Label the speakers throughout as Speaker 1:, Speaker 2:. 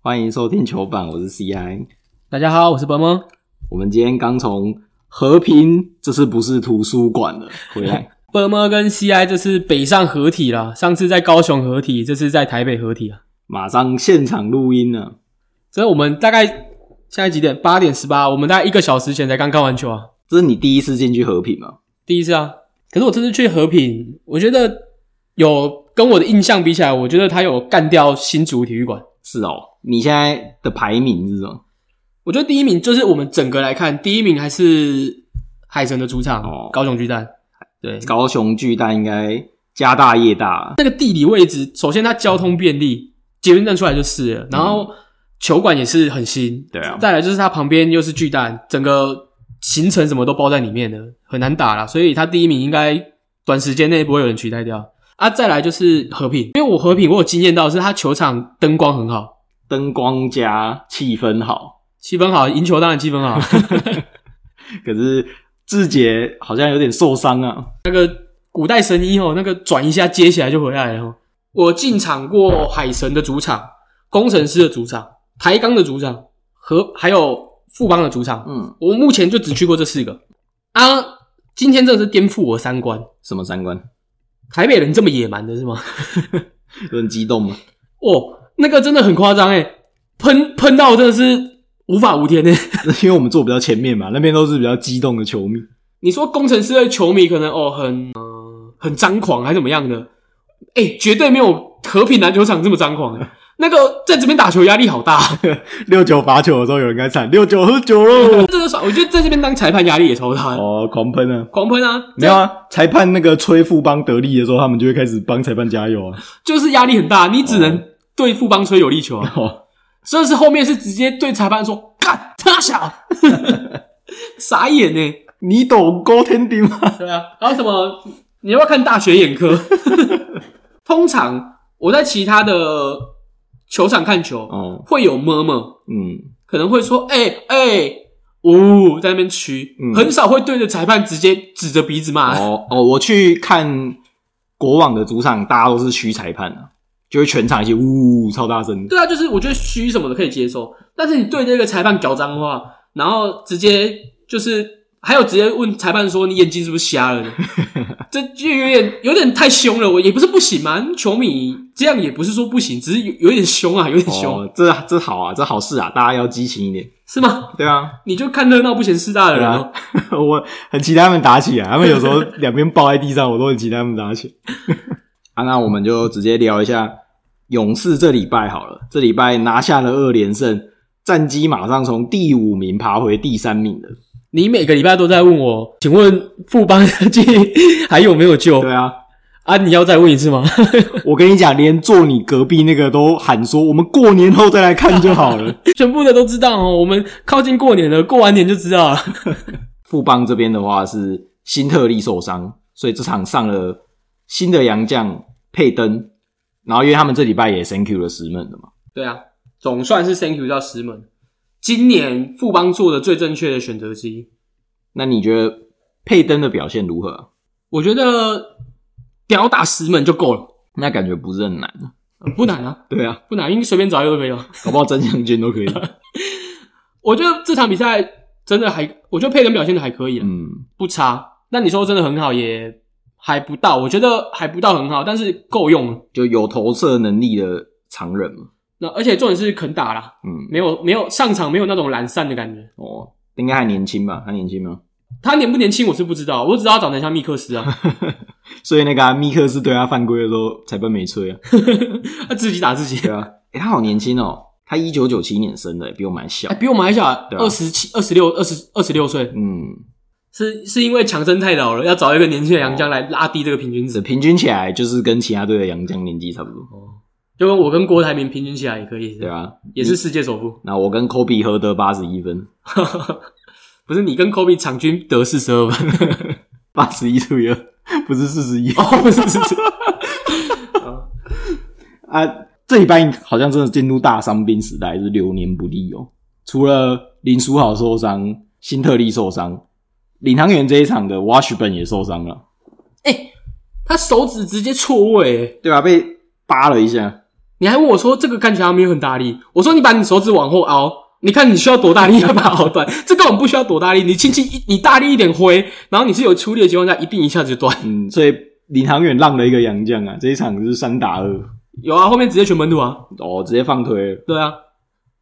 Speaker 1: 欢迎收听球板，我是 CI。
Speaker 2: 大家好，我是伯蒙。
Speaker 1: 我们今天刚从和平，这次不是图书馆了，回来。
Speaker 2: 伯蒙跟 CI 这次北上合体啦，上次在高雄合体，这次在台北合体啊。
Speaker 1: 马上现场录音了。
Speaker 2: 所以我们大概现在几点？八点十八，我们大概一个小时前才刚看完球啊，
Speaker 1: 这是你第一次进去和平吗？
Speaker 2: 第一次啊。可是我这次去和平，我觉得有跟我的印象比起来，我觉得他有干掉新竹体育馆。
Speaker 1: 是哦，你现在的排名是什么？
Speaker 2: 我觉得第一名就是我们整个来看，第一名还是海神的主场、
Speaker 1: 哦
Speaker 2: 高雄巨蛋。对，
Speaker 1: 高雄巨蛋应该家大业大，
Speaker 2: 那个地理位置，首先它交通便利，捷运站出来就是了，然后球馆也是很新，
Speaker 1: 嗯对啊
Speaker 2: 再来就是它旁边又是巨蛋，整个行程什么都包在里面的，很难打啦，所以它第一名应该短时间内不会有人取代掉。啊，再来就是和平，因为我和平我有经验到的是它球场灯光很好，
Speaker 1: 灯光加气氛好。
Speaker 2: 气氛好，赢球当然气氛好。
Speaker 1: 可是志杰好像有点受伤啊，
Speaker 2: 古代神医哦，那个转一下接起来就回来了哦。我进场过海神的主场、工程师的主场、台钢的主场和还有富邦的主场。
Speaker 1: 嗯，
Speaker 2: 我目前就只去过这四个啊。今天真的是颠覆我三观，
Speaker 1: 什么三观？
Speaker 2: 台北人这么野蛮的是吗？
Speaker 1: 有点激动吗？
Speaker 2: 哦，那个真的很夸张诶，喷喷到真的是无法无天诶。
Speaker 1: 因为我们坐比较前面嘛，那边都是比较激动的球迷。
Speaker 2: 你说工程师的球迷可能哦很、呃、很张狂还是怎么样的？哎、绝对没有和平篮球场这么张狂、欸。那个在这边打球压力好大，
Speaker 1: 六九罚球的时候，有人该喊六九喝酒喽，
Speaker 2: 这个爽。我觉得在这边当裁判压力也超大的，
Speaker 1: 哦，狂喷啊！
Speaker 2: 狂喷啊，
Speaker 1: 没有啊，裁判那个吹富邦得利的时候，他们就会开始帮裁判加油啊。
Speaker 2: 就是压力很大，你只能对富邦吹有力球啊。
Speaker 1: 哦，
Speaker 2: 甚至后面是直接对裁判说“干他小”， 傻眼呢、
Speaker 1: 你懂 goaltending 吗？
Speaker 2: 对啊，然后什么？你要不要看大学眼科？ 通常我在其他的球场看球，
Speaker 1: 哦，
Speaker 2: 会有么么，
Speaker 1: 嗯，
Speaker 2: 可能会说“哎、哎”，呜、在那边嘘，
Speaker 1: 嗯
Speaker 2: 很少会对着裁判直接指着鼻子骂。
Speaker 1: 哦哦，我去看国网的主场，大家都是虚裁判啊，就是全场一起呜呜超大声 的。
Speaker 2: 对啊，就是我觉得虚什么的可以接受，但是你对这个裁判搞脏话，然后直接就是还有直接问裁判说你眼睛是不是瞎了呢？ 这就有点有点太凶了。我也不是不行嘛，球迷这样也不是说不行，只是有有点凶啊，有点凶、
Speaker 1: 哦，这这好啊，这好事啊，大家要激情一点。
Speaker 2: 是吗？
Speaker 1: 对啊，
Speaker 2: 你就看热闹不嫌事大的
Speaker 1: 对
Speaker 2: 人
Speaker 1: 啊
Speaker 2: 哦。，
Speaker 1: 我很期待他们打起来。他们有时候两边抱在地上，我都很期待他们打起来。 啊，那我们就直接聊一下勇士这礼拜好了，这礼拜拿下了二连胜，战绩马上从第五名爬回第三名了。
Speaker 2: 你每个礼拜都在问我，请问富邦 科技还有没有救
Speaker 1: 对啊，
Speaker 2: 啊？你要再问一次吗？
Speaker 1: 我跟你讲，连坐你隔壁那个都喊说，我们过年后再来看就好 了。
Speaker 2: 全部的都知道哦，我们靠近过年了，过完年就知道了。
Speaker 1: 富邦这边的话是新特利受伤，所以这场上了新的洋将佩登，然后因为他们这礼拜也 thank you 了石门的嘛，
Speaker 2: 对啊，总算是 Thank you 到石门。今年富邦做的最正确的选择之一，
Speaker 1: 那你觉得佩登的表现如何啊、
Speaker 2: 我觉得屌打石门就够了，
Speaker 1: 那感觉不是很难。
Speaker 2: 呃不难啊，
Speaker 1: 对啊，
Speaker 2: 不难，因为随便找一个都可以了。
Speaker 1: 搞不好真相军都 可以。
Speaker 2: 我觉得这场比赛真的还，我觉得佩恩表现的还可以啊，
Speaker 1: 嗯，
Speaker 2: 不差。那你说真的很好，也还不到，我觉得还不到很好，但是够用了。
Speaker 1: 就有投射能力的常人嘛。
Speaker 2: 那而且重点是肯打啦，
Speaker 1: 嗯，
Speaker 2: 没有没有上场没有那种懒散的感觉。
Speaker 1: 哦，应该还年轻吧？还年轻吗？
Speaker 2: 他年不年轻我是不知道，我只知道他长得像密克斯啊，
Speaker 1: 所以那个、啊、密克斯对他犯规的时候，裁判没吹啊。
Speaker 2: 他自己打自己
Speaker 1: 对。 啊，诶、他好年轻哦，他一九九七年生的、比我们还小
Speaker 2: 哎，。比我们还小，
Speaker 1: 对啊
Speaker 2: 二十七、二十六、二十二十六岁，
Speaker 1: 嗯，
Speaker 2: 是是因为强森太老了，要找一个年轻的洋将来拉低这个平均值。
Speaker 1: 平均起来就是跟其他队的杨将年纪差不多。
Speaker 2: 哦，就跟我跟郭台铭平均起来也可以，
Speaker 1: 对啊，
Speaker 2: 也是世界首富。
Speaker 1: 那我跟科比合得八十一分，
Speaker 2: 不是你跟 Kobe 场均得四十二分
Speaker 1: 八十一除以二不是四十一
Speaker 2: 哦，不是不是，不是
Speaker 1: 啊。这礼拜好像真的进入大伤病时代，是流年不利哦。除了林书豪受伤，新特利受伤，领航员这一场的 Wash 本也受伤了，
Speaker 2: 他手指直接错位，
Speaker 1: 对吧、被扒了一下，
Speaker 2: 你还问我说这个看起来没有很大力，我说你把你手指往后凹，你看你需要多大力要把它凹断，这根本不需要多大力，你轻轻一你大力一点挥，然后你是有出力的情况下，一定一下子 就断。
Speaker 1: 嗯，所以领航员让了一个洋将啊，这一场就是三打二，
Speaker 2: 有啊，后面直接全门堵啊，
Speaker 1: 哦，直接放推了。
Speaker 2: 对啊，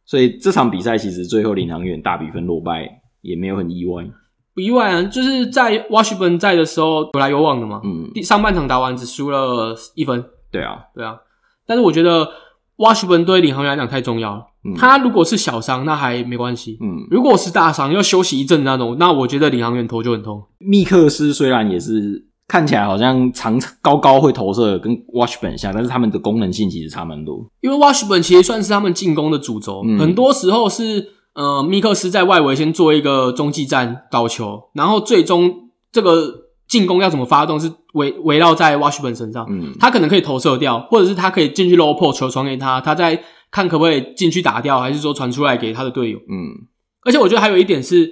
Speaker 1: 所以这场比赛其实最后领航员大比分落败也没有很意外，
Speaker 2: 不意外啊，就是在 Washburn 在的时候有来有往的嘛，
Speaker 1: 嗯，
Speaker 2: 第上半场打完只输了一分，
Speaker 1: 对啊，
Speaker 2: 对啊，但是我觉得 Washburn 对领航员来讲太重要了。
Speaker 1: 嗯
Speaker 2: 他如果是小伤，那还没关系；
Speaker 1: 嗯，
Speaker 2: 如果是大伤，要休息一阵那种，那我觉得领航员头就很痛。
Speaker 1: 密克斯虽然也是看起来好像长高高会投射，跟 Watchman 像，但是他们的功能性其实差蛮多，
Speaker 2: 因为 Washburn 其实算是他们进攻的主轴，
Speaker 1: 嗯
Speaker 2: 很多时候是呃密克斯在外围先做一个中继站倒球，然后最终这个进攻要怎么发动是围围绕在 Washburn 身上。
Speaker 1: 嗯
Speaker 2: 他可能可以投射掉，或者是他可以进去 low p o 球传给他，他再看可不可以进去打掉，还是说传出来给他的队友。
Speaker 1: 嗯，
Speaker 2: 而且我觉得还有一点是，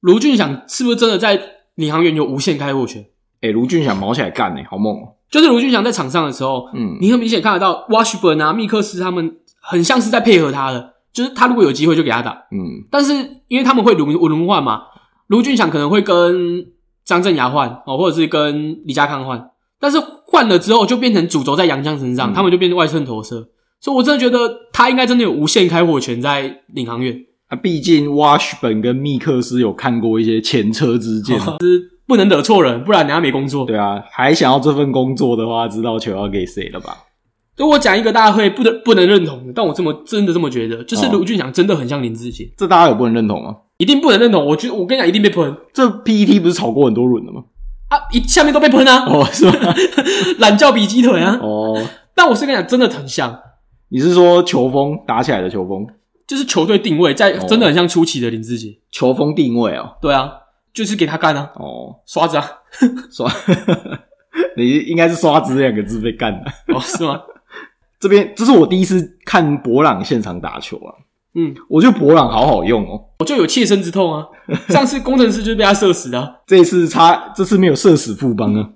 Speaker 2: 卢俊祥是不是真的在领航员有无限开火权？
Speaker 1: 哎、卢俊祥毛起来干呢、好猛、哦，
Speaker 2: 就是卢俊祥在场上的时候，
Speaker 1: 嗯
Speaker 2: 你很明显看得到 Washburn 啊、密克斯他们很像是在配合他的，就是他如果有机会就给他打，
Speaker 1: 嗯
Speaker 2: 但是因为他们会轮轮换嘛，卢俊祥可能会跟张镇雅换哦，或者是跟李家康换，但是换了之后就变成主轴在杨绛身
Speaker 1: 嗯
Speaker 2: 上，他们就变成外cent投射，所以我真的觉得他应该真的有无限开火权在领航员，
Speaker 1: 啊，毕竟 Watchman 跟密克斯有看过一些前车之鉴，
Speaker 2: 不能惹错人，不然人家没工作。
Speaker 1: 对啊，还想要这份工作的话，知道球要给谁了吧？
Speaker 2: 就我讲一个大家会不能不能认同的，但我这么真的这么觉得，就是
Speaker 1: 哦
Speaker 2: 卢俊祥真的很像林志杰，
Speaker 1: 这大家有不能认同吗？
Speaker 2: 一定不能认同。我觉我跟你讲，一定被喷
Speaker 1: 这 PET 不是炒过很多轮的吗？
Speaker 2: 啊，一下面都被喷啊，
Speaker 1: 哦，是吗？
Speaker 2: 懒觉比鸡腿啊。
Speaker 1: 哦，
Speaker 2: 但我是跟你讲，真的很像，
Speaker 1: 你是说球风打起来的球风，
Speaker 2: 就是球队定位在
Speaker 1: 哦
Speaker 2: 真的很像初期的林志杰。
Speaker 1: 球风定位哦？
Speaker 2: 对啊，就是给他干啊，
Speaker 1: 哦，
Speaker 2: 刷子啊，
Speaker 1: 刷， 你应该是“刷子”两个字被干了。
Speaker 2: 哦是吗？
Speaker 1: 这边这是我第一次看博朗现场打球啊，
Speaker 2: 嗯，
Speaker 1: 我觉得博朗好好用哦。
Speaker 2: 我就有切身之痛啊。上次工程师就是被他射死的啊、
Speaker 1: 这一次差，这次没有射死富邦啊。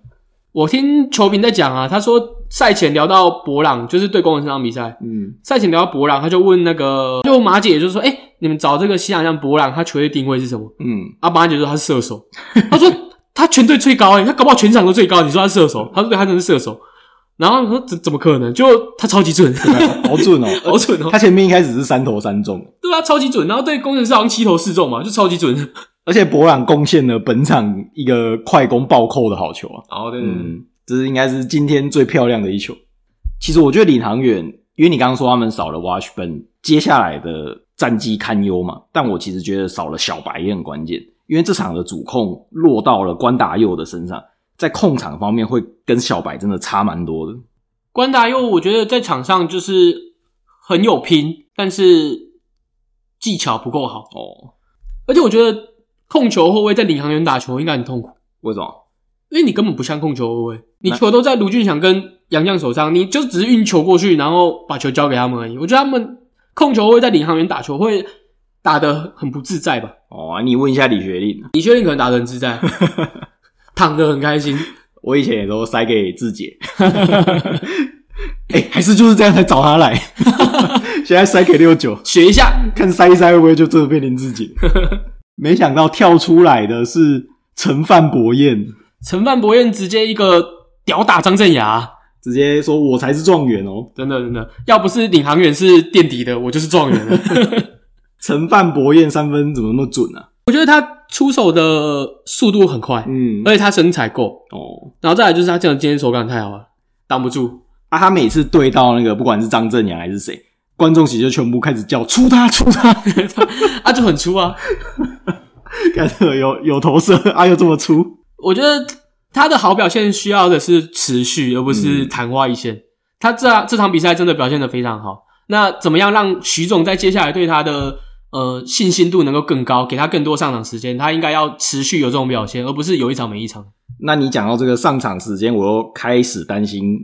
Speaker 2: 我听球评在讲啊，他说赛前聊到博朗，就是对工程师那场比赛，
Speaker 1: 嗯
Speaker 2: 赛前聊到博朗，他就问那个，就马姐就说：“哎、你们找这个西洋将博朗，他球队定位是什么
Speaker 1: 嗯，？”
Speaker 2: 啊，马姐说他是射手，他说他全队最高、欸，他搞不好全场都最高。你说他是射手，他说对，他真的是射手。然后我说怎怎么可能？就他超级准，，
Speaker 1: 好准哦
Speaker 2: 好准哦，
Speaker 1: 他前面一开始是三投三中，
Speaker 2: 对啊，超级准。然后对工程师好像七投四中嘛，就超级准。
Speaker 1: 而且博朗贡献了本场一个快攻暴扣的好球啊。
Speaker 2: 哦，对
Speaker 1: 嗯，这是应该是今天最漂亮的一球。其实我觉得领航员，因为你刚刚说他们少了 Washburn，接下来的战绩堪忧嘛。但我其实觉得少了小白也很关键，因为这场的主控落到了关达佑的身上，在控场方面会跟小白真的差蛮多的。
Speaker 2: 关达佑，我觉得在场上就是很有拼，但是技巧不够好。
Speaker 1: 哦，
Speaker 2: 而且我觉得控球后卫在领航员打球应该很痛苦。
Speaker 1: 为什么？
Speaker 2: 因为你根本不像控球后卫，你球都在卢俊祥跟杨绛手上，你就只是运球过去，然后把球交给他们而已。我觉得他们控球后卫在领航员打球会打得很不自在 吧？
Speaker 1: 哦，你问一下李学令，
Speaker 2: 李学令可能打得很自在， 躺得很开心。
Speaker 1: 我以前也都塞给志杰， 哎、还是就是这样才找他来，现在塞给六九。
Speaker 2: 学一下，
Speaker 1: 看塞一塞会不会就真的变林志 杰？没想到跳出来的是陈范博彦，
Speaker 2: 陈范博彦直接一个屌打张镇雅，
Speaker 1: 直接说我才是状元哦。
Speaker 2: 真的真的，要不是领航员是垫底的，我就是状元 了。
Speaker 1: 陈范博彦三分怎么那么准啊？
Speaker 2: 我觉得他出手的速度很快，
Speaker 1: 嗯，
Speaker 2: 而且他身材够，
Speaker 1: 哦，
Speaker 2: 然后再来就是他这样今天手感太好了，挡不住。
Speaker 1: 啊，他每次对到那个不管是张镇阳还是谁，观众席就全部开始叫出他出他，
Speaker 2: 啊，就很粗啊。
Speaker 1: 感觉有有投射啊，又这么粗，
Speaker 2: 我觉得他的好表现需要的是持续，而不是昙花一现。他这这场比赛真的表现的非常好。那怎么样让徐总在接下来对他的呃信心度能够更高，给他更多上场时间？他应该要持续有这种表现，而不是有一场没一场。
Speaker 1: 那你讲到这个上场时间，我又开始担心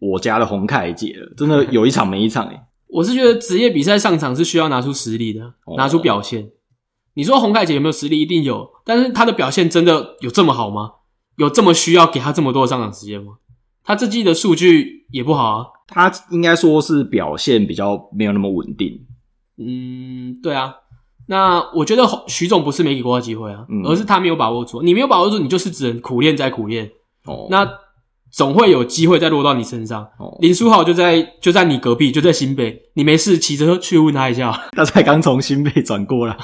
Speaker 1: 我家的洪凯姐了，真的有一场没一场诶、欸
Speaker 2: 我是觉得职业比赛上场是需要拿出实力的，
Speaker 1: 哦
Speaker 2: 拿出表现。你说洪凯姐有没有实力？一定有，但是她的表现真的有这么好吗？有这么需要给她这么多的上场时间吗？他这季的数据也不好啊。
Speaker 1: 他应该说是表现比较没有那么稳定。
Speaker 2: 嗯，对啊。那我觉得洪徐总不是没给过他机会啊，
Speaker 1: 嗯
Speaker 2: 而是他没有把握住。你没有把握住，你就是只能苦练再苦练，
Speaker 1: 哦，
Speaker 2: 那总会有机会再落到你身上。
Speaker 1: 哦
Speaker 2: 林书豪就在就在你隔壁，就在新北，你没事骑车去问他 一下，
Speaker 1: 他才刚从新北转过 来，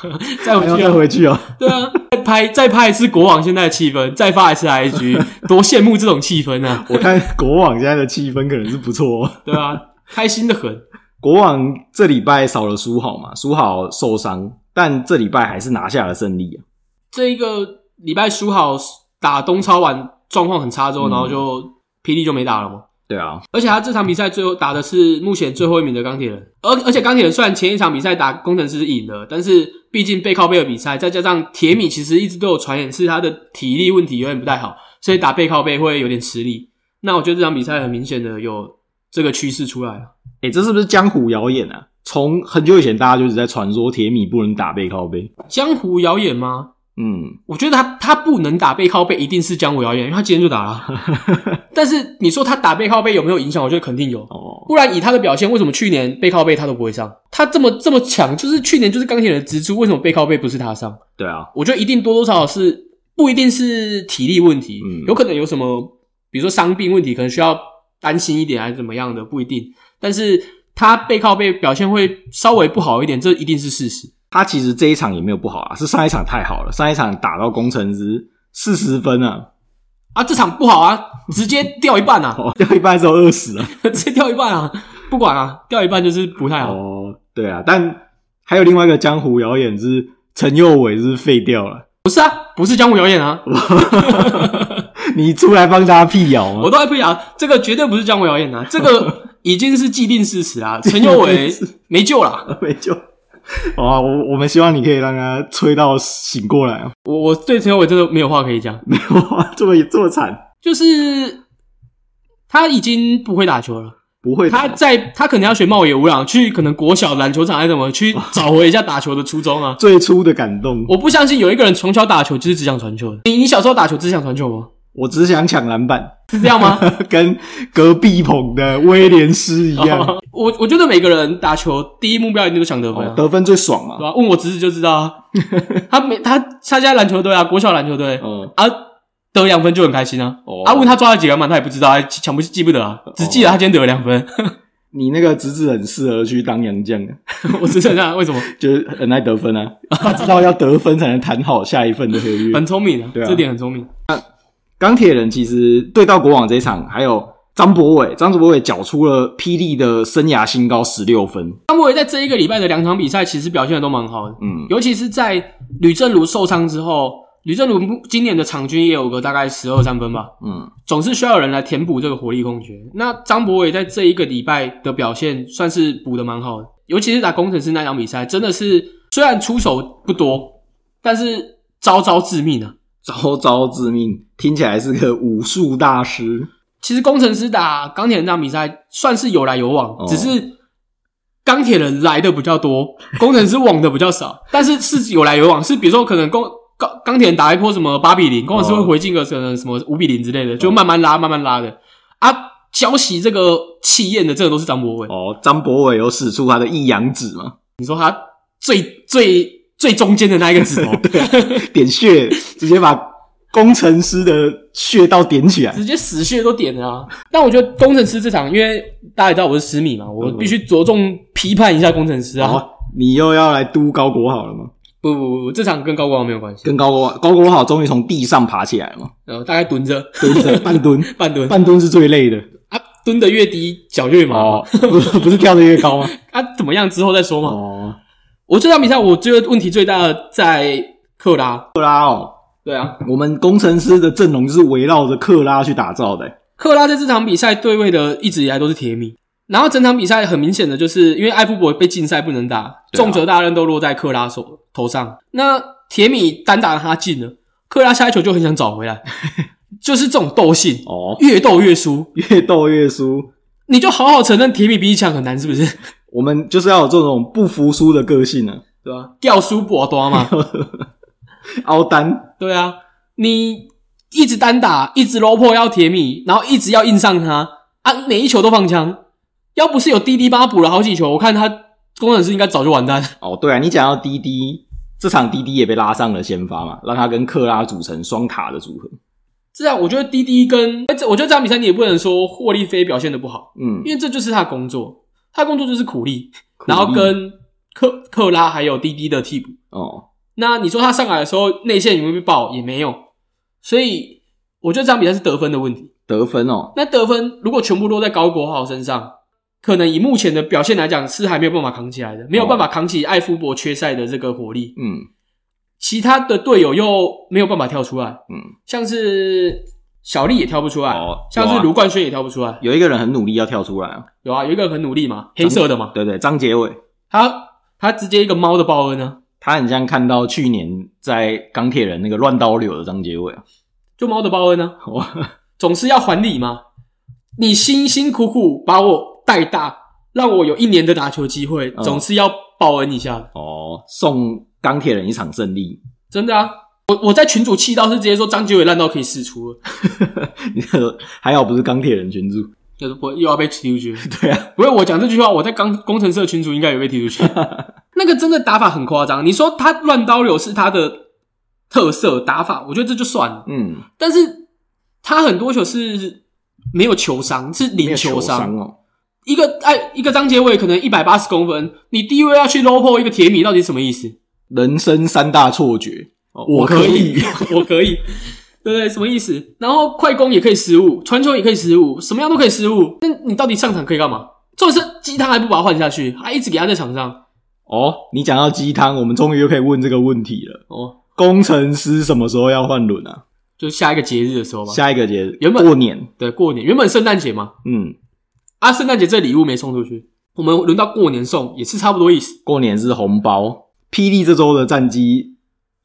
Speaker 2: 再
Speaker 1: 还要
Speaker 2: 回去
Speaker 1: 再回去哦。
Speaker 2: 啊。对啊，再拍再拍一次国网现在的气氛，再发一次 IG，多羡慕这种气氛啊！
Speaker 1: 我看 国网现在的气氛可能是不错、哦。
Speaker 2: 对啊，开心的很。
Speaker 1: 国网这礼拜少了苏豪嘛，苏豪受伤，但这礼拜还是拿下了胜利啊。
Speaker 2: 这一个礼拜输好打东超完状况很差之后，
Speaker 1: 嗯
Speaker 2: 然后就霹雳就没打了嘛。
Speaker 1: 对啊，
Speaker 2: 而且他这场比赛最后打的是目前最后一名的钢铁人，而而且钢铁人虽然前一场比赛打工程师赢了，但是毕竟背靠背的比赛，再加上铁米其实一直都有传言是他的体力问题有点不太好，所以打背靠背会有点吃力。那我觉得这场比赛很明显的有这个趋势出来了。
Speaker 1: 诶、这是不是江湖谣言啊？从很久以前大家就是在传说铁米不能打背靠背。
Speaker 2: 江湖谣言吗？
Speaker 1: 嗯，
Speaker 2: 我觉得他他不能打背靠背，一定是江湖谣言，因为他今天就打了。啊但是你说他打背靠背有没有影响？我觉得肯定有。
Speaker 1: 哦，
Speaker 2: 不然以他的表现，为什么去年背靠背他都不会上？他这么这么强，就是去年就是钢铁人的支柱，为什么背靠背不是他上？
Speaker 1: 对啊，
Speaker 2: 我觉得一定多多少少是不一定是体力问题，
Speaker 1: 嗯
Speaker 2: 有可能有什么，比如说伤病问题，可能需要担心一点还是怎么样的，不一定。但是他背靠背表现会稍微不好一点，这一定是事实。
Speaker 1: 他其实这一场也没有不好啊，是上一场太好了，上一场打到工程师四十分啊，
Speaker 2: 啊，这场不好啊，直接掉一半啊，
Speaker 1: 哦，掉 一半只有二十啊。
Speaker 2: 直接掉一半啊，不管啊，掉一半就是不太好。
Speaker 1: 哦，对啊，但还有另外一个江湖谣言是陈佑伟是废掉了，
Speaker 2: 不是啊，不是江湖谣言啊，
Speaker 1: 你出来帮大家辟谣吗
Speaker 2: 我？都还不讲，这个绝对不是江湖谣言啊，这个已经是既定事实啊。陈佑伟没救了，
Speaker 1: 没救。好啊，我我们希望你可以让他吹到醒过来啊！
Speaker 2: 我我对陈佑伟真的没有话可以讲，
Speaker 1: 没有啊，这么这么惨，
Speaker 2: 就是他已经不会打球了，
Speaker 1: 不会
Speaker 2: 他
Speaker 1: 的。
Speaker 2: 在他可能要学茂野无朗去可能国小篮球场还是怎么去找回一下打球的初衷啊。
Speaker 1: 最初的感动，我
Speaker 2: 我不相信有一个人从小打球就是只想传球的。你你小时候打球只想传球吗？
Speaker 1: 只想抢篮板，
Speaker 2: 是这样吗？
Speaker 1: 跟隔壁棚的威廉斯一样，
Speaker 2: 我我觉得每个人打球第一目标一定都想得分、啊
Speaker 1: 哦，得分最爽
Speaker 2: 对
Speaker 1: 嘛。
Speaker 2: 吧、问我侄子就知道啊，他每他参加篮球队啊，国小篮球队、
Speaker 1: 嗯，
Speaker 2: 啊，得两分就很开心啊。
Speaker 1: 哦
Speaker 2: 啊，问他抓了几个篮板，他也不知道，还想不记不得啊，只记得他今天得了 两分。
Speaker 1: 你那个侄子很适合去当洋将，
Speaker 2: 我只想想为 什么
Speaker 1: 就是很爱得分啊。 他知道要得分才能谈好下一份的合约。
Speaker 2: 很聪明啊，
Speaker 1: 对啊
Speaker 2: 这点很聪明。
Speaker 1: 钢铁人其实对到国网这一场，还有张博伟，张博伟缴出了霹雳的生涯新高十六分。
Speaker 2: 张博伟在这一个礼拜的两场比赛，其实表现的都蛮好的，
Speaker 1: 嗯，
Speaker 2: 尤其是在吕正如受伤之后，吕正如今年的场均也有个大概十二三分吧。
Speaker 1: 嗯，
Speaker 2: 总是需要有人来填补这个火力空缺。那张博伟在这一个礼拜的表现算是补的蛮好的，尤其是打工程师那场比赛，真的是虽然出手不多，但是招招致命啊！
Speaker 1: 招招致命，听起来是个武术大师。
Speaker 2: 其实工程师打钢铁人那场比赛算是有来有往，
Speaker 1: 哦
Speaker 2: 只是钢铁人来的比较多，工程师往的比较少，但是是有来有往，是比如说可能工。钢钢铁人打一波什么八比零，工程师会回进个可能什么五比零之类的，就慢慢拉慢慢拉的啊。浇熄这个气焰的，这个都是张博伟。
Speaker 1: 哦，张博伟有使出他的一阳指嘛，
Speaker 2: 你说他最最最中间的那一个
Speaker 1: 哦
Speaker 2: 指头，
Speaker 1: 啊点穴，直接把工程师的穴道点起来。
Speaker 2: 直接死穴都点了啊！但我觉得工程师这场，因为大家也知道我是十米嘛，我必须着重批判一下工程师啊。
Speaker 1: 哦，你又要来督高国好了吗？
Speaker 2: 不不不，这场跟高光没有关系。
Speaker 1: 跟高国高国好终于从地上爬起来了嘛，
Speaker 2: 然后大概蹲着
Speaker 1: 蹲着半蹲，
Speaker 2: 半蹲
Speaker 1: 半蹲是最累的。
Speaker 2: 啊，蹲得越低脚越麻、
Speaker 1: 哦，不是不是跳得越高 吗？
Speaker 2: 啊，怎么样之后再说嘛。
Speaker 1: 哦，
Speaker 2: 我这场比赛我觉得问题最大的在克拉，
Speaker 1: 克拉哦，
Speaker 2: 对啊，
Speaker 1: 我们工程师的阵容就是围绕着克拉去打造的、
Speaker 2: 克拉在这场比赛对位的一直以来都是铁米，然后整场比赛很明显的就是因为艾夫伯被禁赛不能打，
Speaker 1: 对啊
Speaker 2: 重责大任都落在克拉手头上。那铁米单打他进了，克拉下一球就很想找 回来，就是这种斗性，
Speaker 1: 哦，
Speaker 2: 越斗越输。
Speaker 1: 越斗越输。
Speaker 2: 你就好好承认铁米比你强很难，是不是？
Speaker 1: 我们就是要有这种不服输的个性呢、
Speaker 2: 对吧、 啊？掉输不多嘛，
Speaker 1: 凹单
Speaker 2: 对啊，你一直单打，一直 low 破要铁米，然后一直要硬上他啊，每一球都放枪。要不是有滴滴帮他补了好几球，我看他工程师应该早就完蛋。
Speaker 1: 哦，对啊，你讲到滴滴，这场滴滴也被拉上了先发嘛，让他跟克拉组成双塔的组合。
Speaker 2: 是啊，我觉得滴滴跟哎这，我觉得这场比赛你也不能说霍利菲表现的不好，
Speaker 1: 嗯，
Speaker 2: 因为这就是他的工作，他的工作就是苦力，
Speaker 1: 苦力
Speaker 2: 然后跟克克拉还有滴滴的替补。
Speaker 1: 哦，
Speaker 2: 那你说他上来的时候内线有没有被爆？也没有，所以我觉得这场比赛是得分的问题。
Speaker 1: 得分哦，
Speaker 2: 那得分如果全部落在高国豪身上，可能以目前的表现来讲是还没有办法扛起来的，没有办
Speaker 1: 哦
Speaker 2: 法扛起艾夫伯缺赛的这个火力。
Speaker 1: 嗯
Speaker 2: 其他的队友又没有办法跳出来，
Speaker 1: 嗯，
Speaker 2: 像是小丽也跳不出来，
Speaker 1: 哦
Speaker 2: 像
Speaker 1: 有
Speaker 2: 是
Speaker 1: 啊
Speaker 2: 卢冠轩也跳不出来。
Speaker 1: 有一个人很努力要跳出来啊，
Speaker 2: 有啊，有一个很努力嘛，黑色的嘛，
Speaker 1: 对对，张杰伟，
Speaker 2: 他他直接一个猫的报恩啊，
Speaker 1: 他很像看到去年在钢铁人那个乱刀流的张杰伟啊，
Speaker 2: 就猫的报恩啊，
Speaker 1: 哇，
Speaker 2: 总是要还礼嘛。你辛辛苦苦把我带大，让我有一年的打球机会，
Speaker 1: 嗯
Speaker 2: 总是要报恩一下的。
Speaker 1: 哦，送钢铁人一场胜利，
Speaker 2: 真的啊，我我在群主气到是直接说张杰伟烂到可以试出了，
Speaker 1: 你这个还好不是钢铁人群主，
Speaker 2: 就是我又要被踢出去。
Speaker 1: 对啊，
Speaker 2: 不是我讲这句话，我在刚工程师的群主应该也被踢 出去。那个真的打法很夸张，你说他乱刀流是他的特色打法，我觉得这就算了。
Speaker 1: 嗯，
Speaker 2: 但是他很多球是没有球商，是
Speaker 1: 没
Speaker 2: 零
Speaker 1: 有球
Speaker 2: 伤。
Speaker 1: 伤哦，
Speaker 2: 一个哎，一个张杰伟可能一百八十公分，你低位要去 low 破一个铁米，到底什么意思？
Speaker 1: 人生三大错觉，哦我可以，，
Speaker 2: 我可以，对不对？什么意思？然后快攻也可以失误，传球也可以失误，什么样都可以失误。那你到底上场可以干嘛？重点是鸡汤还不把他换下去，还一直给他在场上。
Speaker 1: 哦，你讲到鸡汤，我们终于又可以问这个问题了。
Speaker 2: 哦，
Speaker 1: 工程师什么时候要换轮啊？
Speaker 2: 就下一个节日的时候吧。
Speaker 1: 下一个节日
Speaker 2: 原本
Speaker 1: 过年，
Speaker 2: 对，过年原本圣诞节嘛，
Speaker 1: 嗯，
Speaker 2: 啊，圣诞节这礼物没送出去，我们轮到过年送，也是差不多意思。
Speaker 1: 过年是红包。霹雳这周的战绩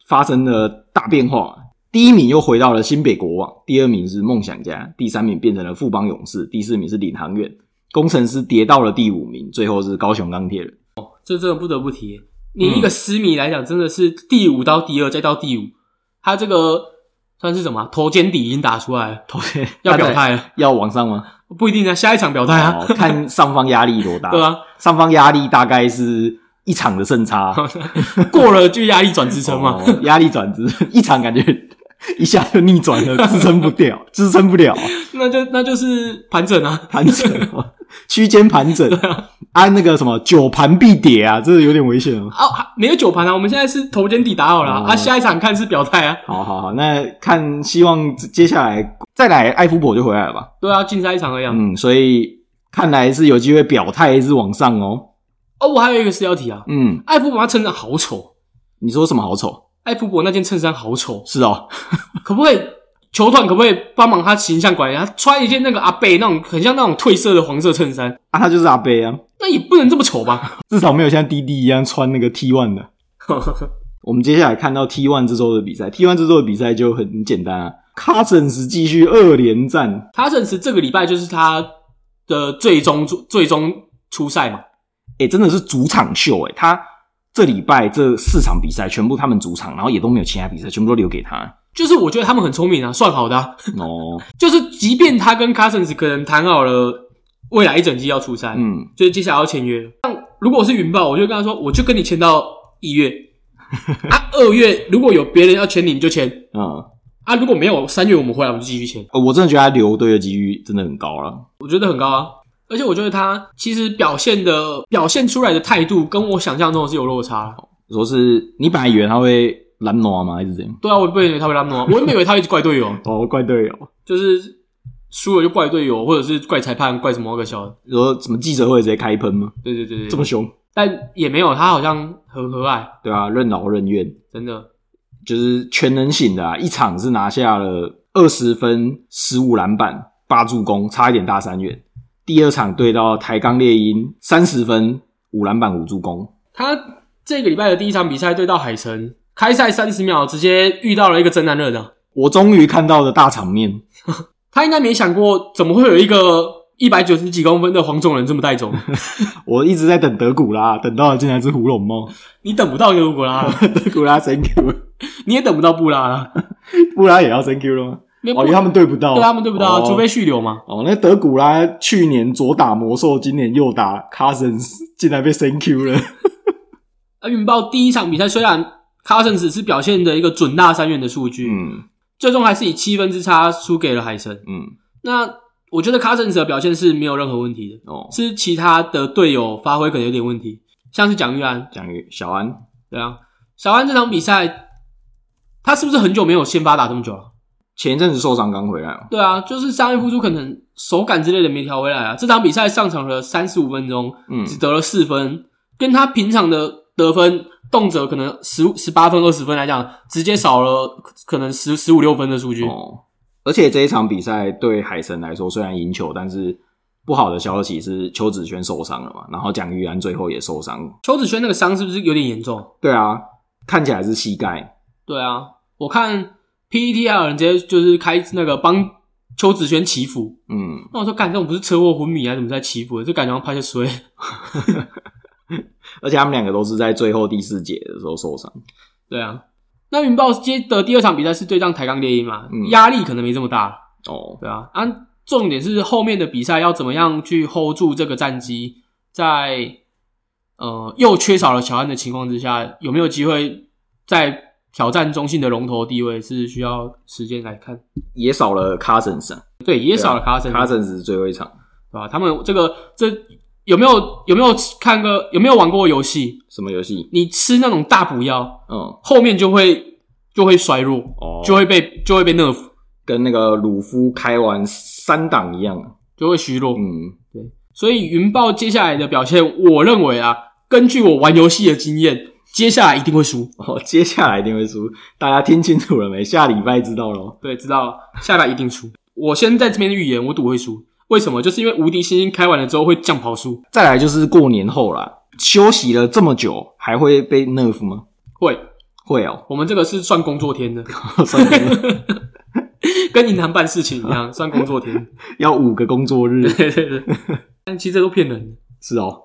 Speaker 1: 发生了大变化，第一名又回到了新北国王，第二名是梦想家，第三名变成了富邦勇士，第四名是领航员，工程师跌到了第五名，最后是高雄钢铁人。
Speaker 2: 这真的不得不提，你一个私迷来讲，真的是第五到第二再到第五，他这个算是什么啊头肩底已经打出来了，
Speaker 1: 投谁
Speaker 2: 要表，态了，
Speaker 1: 要往上吗？
Speaker 2: 不一定啊，下一场表态啊，
Speaker 1: 哦，看上方压力多大。
Speaker 2: 对啊，
Speaker 1: 上方压力大概是一场的胜 差。
Speaker 2: 过了就压力转支撑嘛，
Speaker 1: 哦，压力转支 一场感觉一下就逆转了，支撑不掉，支撑不了，
Speaker 2: 那就那就是盘整啊，
Speaker 1: 盘整哦， 区间盘整，按那个什么九盘必跌啊，这有点危险哦。
Speaker 2: 啊还没有九盘啊，我们现在是头肩底打好了啊
Speaker 1: 哦
Speaker 2: 啊，下一场看是表态啊，
Speaker 1: 好好好，那看希望接下来再来艾夫伯就回来了吧。
Speaker 2: 对啊，竞赛一场而已啊。
Speaker 1: 嗯，所以看来是有机会表态一直往上哦。
Speaker 2: 哦，我还有一个事要提啊，
Speaker 1: 嗯，
Speaker 2: 艾夫伯他衬衫好丑，
Speaker 1: 你说什么好丑？
Speaker 2: 艾夫伯那件衬衫好丑，
Speaker 1: 是哦，
Speaker 2: 可不可以球团可不可以帮忙他形象管理？他穿一件那个阿贝那种很像那种褪色的黄色衬衫，
Speaker 1: 啊，他就是阿贝啊，
Speaker 2: 那也不能这么丑吧？
Speaker 1: 至少没有像滴滴一样穿那个 T one 的。我们接下来看到 T One 这周的比赛，T One 这周的比赛就很简单啊，Cousins 继续二连战，
Speaker 2: 他认识这个礼拜就是他的最终最终出赛嘛，
Speaker 1: 诶、真的是主场秀诶、他这礼拜这四场比赛全部他们主场，然后也都没有其他比赛，全部都留给他。
Speaker 2: 就是我觉得他们很聪明啊，算好的、啊，
Speaker 1: 哦，
Speaker 2: 就是即便他跟 Cousins 可能谈好了未来一整季要出赛，
Speaker 1: 嗯，
Speaker 2: 就是接下来要签约。但如果我是云豹，我就跟他说，我就跟你签到一 月啊，二月如果有别人要签你，你就签
Speaker 1: 嗯，
Speaker 2: 啊，如果没有三月我们回来，我们就继续签。
Speaker 1: 呃我真的觉得他留队的几率真的很高了。
Speaker 2: 我觉得很高啊。而且我觉得他其实表现的表现出来的态度，跟我想象中的是有落差的。
Speaker 1: 说是你本来以为他会蓝挪吗？还是怎样？
Speaker 2: 对啊，我不以为他会拉诺，我也没以为他会一直怪队 友，
Speaker 1: 哦，怪队友，
Speaker 2: 就是输了就怪队友，或者是怪裁判，怪什么个小的。
Speaker 1: 说什么记者会直接开喷吗？
Speaker 2: 对对对
Speaker 1: 这
Speaker 2: 对
Speaker 1: 么，凶？
Speaker 2: 但也没有，他好像很和蔼，
Speaker 1: 对啊，任劳任怨。
Speaker 2: 真的。
Speaker 1: 就是全能型的啊，一场是拿下了二十分、十五篮板、八助攻，差一点大三元。第二场对到台钢猎鹰，三十分、五篮板、五助攻，
Speaker 2: 他这个礼拜的第一场比赛对到海神，开赛三十秒直接遇到了一个真男热的，
Speaker 1: 我终于看到了大场面。
Speaker 2: 他应该没想过怎么会有一个一百九十几公分的黄种人这么带 走，
Speaker 1: 我一直在等德古拉，等到了竟然是胡龙 猫，
Speaker 2: 你等不到尤古拉了，
Speaker 1: 德古拉 thank you，
Speaker 2: 你也等不到布拉了。
Speaker 1: 布拉也要 thank you 了吗？
Speaker 2: 没
Speaker 1: 哦哦，因为啊他们对不到，
Speaker 2: 对他们对不对啊？
Speaker 1: 哦
Speaker 2: 除非续留嘛。
Speaker 1: 哦，那德古拉去年左打魔兽，今年右打 Cousins，竟然被 Thank you 了。
Speaker 2: 啊，云豹第一场比赛虽然 Cousins 只是表现的一个准大三元的数据，
Speaker 1: 嗯
Speaker 2: 最终还是以七分之差输给了海神。
Speaker 1: 嗯，
Speaker 2: 那我觉得 Cousins 的表现是没有任何问题的，
Speaker 1: 哦，
Speaker 2: 是其他的队友发挥可能有点问题，像是蒋玉安，
Speaker 1: 讲一个小安
Speaker 2: 对啊，小安这场比赛他是不是很久没有先发打这么久了？
Speaker 1: 前一阵子受伤刚回来哦，
Speaker 2: 对啊，就是伤愈复出，可能手感之类的没调回来啊。这场比赛上场了三十五分钟，
Speaker 1: 嗯
Speaker 2: 只得了四分，跟他平常的得分动辄可能十十八分、二十分来讲，直接少了可能十十五六分的数据。
Speaker 1: 哦，而且这一场比赛对海神来说虽然赢球，但是不好的消息是邱子轩受伤了嘛，然后蒋玉安最后也受伤。
Speaker 2: 邱子轩那个伤是不是有点严重？
Speaker 1: 对啊，看起来是膝盖。
Speaker 2: 对啊，我看 PET 有人直接就是开那个帮邱子轩祈福，
Speaker 1: 嗯，
Speaker 2: 那我说干这种不是车祸昏迷还啊是怎么在祈福的？这感觉好像拍些衰。
Speaker 1: 而且他们两个都是在最后第四节的时候受伤。
Speaker 2: 对啊，那云豹接的第二场比赛是对上台钢猎鹰嘛
Speaker 1: 嗯，
Speaker 2: 压、力可能没这么大。
Speaker 1: 哦，
Speaker 2: 对啊，啊，重点是后面的比赛要怎么样去 hold 住这个战机，在呃又缺少了小安的情况之下，有没有机会在挑战中信的龙头地位是需要时间来看。
Speaker 1: 也少了 Cousins，、啊、
Speaker 2: 对，也少了卡森、
Speaker 1: Cousins 是最后一场
Speaker 2: 对吧、他们这个这有没有有没有看个有没有玩过游戏？
Speaker 1: 什么游戏？
Speaker 2: 你吃那种大补药，
Speaker 1: 嗯，
Speaker 2: 后面就会就会衰弱，
Speaker 1: 哦，
Speaker 2: 就会被就会被 nerf，
Speaker 1: 跟那个鲁夫开完三档一样。
Speaker 2: 就会虚弱。
Speaker 1: 嗯，
Speaker 2: 所以云豹接下来的表现，我认为啊，根据我玩游戏的经验，接下来一定会输。
Speaker 1: 哦，接下来一定会输，大家听清楚了没？下礼拜知道咯。
Speaker 2: 对，知道了下来一定输。我先在这边预言，我赌会输。为什么？就是因为无敌星星开完了之后会降跑输，
Speaker 1: 再来就是过年后啦，休息了这么久，还会被 nerf 吗？
Speaker 2: 会。
Speaker 1: 会哦，
Speaker 2: 我们这个是算工作天的，
Speaker 1: 算了
Speaker 2: 跟银行办事情一样，算工作天。
Speaker 1: 要五个工作日，
Speaker 2: 对对对，但其实这都骗人的。
Speaker 1: 是哦。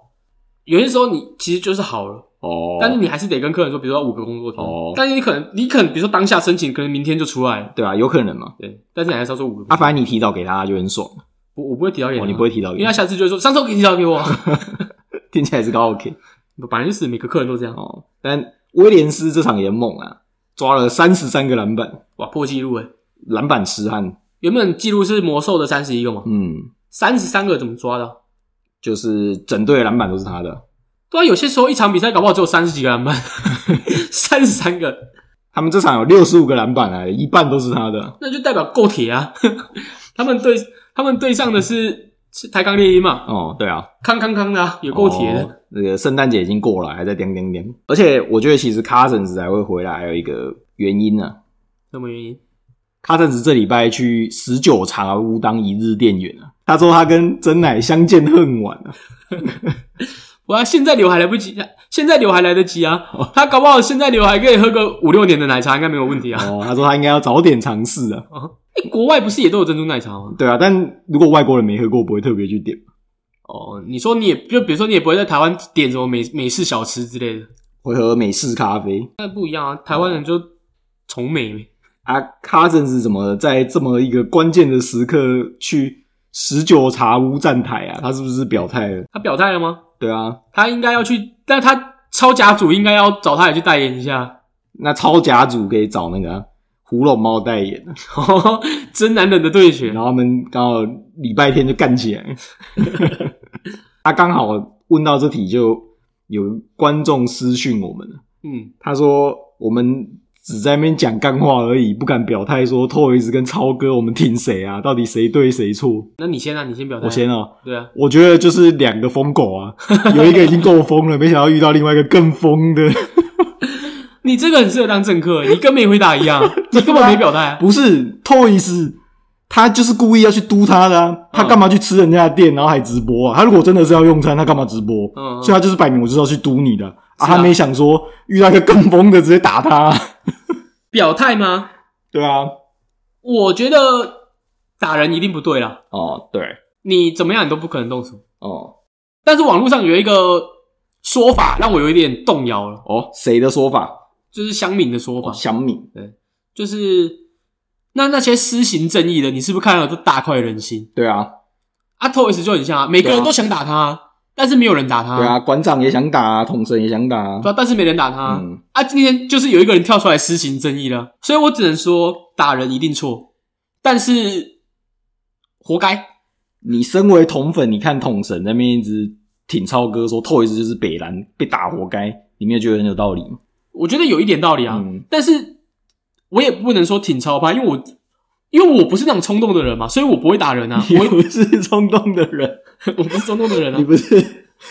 Speaker 2: 有些时候你其实就是好了，
Speaker 1: 哦，
Speaker 2: 但是你还是得跟客人说，比如说五个工作天，
Speaker 1: 哦
Speaker 2: 但是你可能你可能比如说当下申请，可能明天就出来了，
Speaker 1: 对啊，有可能嘛。
Speaker 2: 对，但是你还是要说五个工作
Speaker 1: 啊，反正你提早给他就很爽，
Speaker 2: 我我不会提到给
Speaker 1: 哦，
Speaker 2: 他
Speaker 1: 你不会提早
Speaker 2: 啊因
Speaker 1: 给
Speaker 2: 为
Speaker 1: 他
Speaker 2: 他，下次就会说上周给你交给我，
Speaker 1: 听起来是个 OK
Speaker 2: 本来就是每个客人都这样，
Speaker 1: 哦。但威廉斯这场也猛啊，抓了三十三个篮板，
Speaker 2: 哇破纪录诶欸
Speaker 1: 篮板痴汉。
Speaker 2: 原本记录是魔兽的三十一个嘛，
Speaker 1: 嗯，
Speaker 2: 三十三个怎么抓的？
Speaker 1: 就是整队的篮板都是他的。
Speaker 2: 对啊，有些时候一场比赛搞不好只有三十几个篮板， 三十三个，
Speaker 1: 他们这场有六十五个篮板啊，一半都是他的。
Speaker 2: 那就代表够铁啊。他们对他们对上的是是台钢猎鹰嘛，
Speaker 1: 哦，对啊，
Speaker 2: 康康康的、啊，也够铁的。
Speaker 1: 哦那个圣诞节已经过了，还在叮叮叮。而且我觉得其实 Cousins 还会回来，还有一个原因呢、啊。
Speaker 2: 什么原因？
Speaker 1: Cousins 这礼拜去十九茶屋当一日店员啊，他说他跟真乃相见恨晚啊。
Speaker 2: 哇，现在留还来不及，现在留还来得及
Speaker 1: 哦
Speaker 2: 啊！他搞不好现在留还可以喝个五六年的奶茶，应该没有问题啊。
Speaker 1: 哦，他说他应该要早点尝试啊。
Speaker 2: 哎、国外不是也都有珍珠奶茶吗？
Speaker 1: 对啊，但如果外国人没喝过，不会特别去点，
Speaker 2: 哦，你说你也就比如说你也不会在台湾点什么美美式小吃之类的，
Speaker 1: 会喝美式咖啡。
Speaker 2: 那不一样啊。台湾人就崇美，
Speaker 1: 啊，Cousins 怎么在这么一个关键的时刻去十九茶屋站台啊？他是不是表态了？
Speaker 2: 他表态了吗？
Speaker 1: 对啊，
Speaker 2: 他应该要去，但他超甲组应该要找他也去代言一下。
Speaker 1: 那超甲组可以找那个啊胡龙猫代言，
Speaker 2: 真男人的对决
Speaker 1: 然，后他们刚好礼拜天就干起来。他刚好问到这题，就有观众私讯我们了，
Speaker 2: 嗯，
Speaker 1: 他说我们。只在那边讲干话而已，不敢表态说 Toys 跟超哥，我们挺谁啊？到底谁对谁错？
Speaker 2: 那你先啊，你先表态。
Speaker 1: 我先啊，
Speaker 2: 对啊，
Speaker 1: 我觉得就是两个疯狗啊，有一个已经够疯了，没想到遇到另外一个更疯的。
Speaker 2: 你这个很适合当政客，你跟没回答一 样，你根本没表态、啊。
Speaker 1: 不是 Toys，他就是故意要去嘟他的、啊，他干嘛去吃人家的店，然后还直播啊？他如果真的是要用餐，他干嘛直播？
Speaker 2: 嗯嗯
Speaker 1: 所以他就是摆明我就是要去嘟你的啊
Speaker 2: 是啊
Speaker 1: 他没想说遇到一个更疯的，直接打他、啊
Speaker 2: 表态吗？
Speaker 1: 对啊，
Speaker 2: 我觉得打人一定不对啦，
Speaker 1: 哦，对，
Speaker 2: 你怎么样你都不可能动手。
Speaker 1: 哦
Speaker 2: 但是网络上有一个说法让我有一点动摇了，
Speaker 1: 哦，谁的说法？
Speaker 2: 就是乡民的说法，
Speaker 1: 小敏，
Speaker 2: 就是那那些施行正义的，你是不是看了都大快人心？
Speaker 1: 对啊，
Speaker 2: 啊，Toys 就很像啊，每个人
Speaker 1: 对啊
Speaker 2: 都想打他啊，但是没有人打他。
Speaker 1: 对啊，馆长也想打啊，统神也想打啊。
Speaker 2: 对啊，但是没人打他啊。
Speaker 1: 嗯，
Speaker 2: 啊，今天就是有一个人跳出来施行正义了，所以我只能说打人一定错，但是活该。
Speaker 1: 你身为统粉，你看统神那边一直挺超哥说 Toys 就是北蓝被打活该，你没有觉得很有道理吗？
Speaker 2: 我觉得有一点道理啊，
Speaker 1: 嗯
Speaker 2: 但是我也不能说挺超派，因为我因为我不是那种冲动的人嘛，所以 我不会打人啊，
Speaker 1: 你不是冲动的人，
Speaker 2: 我我不是冲动的人啊
Speaker 1: 你。不是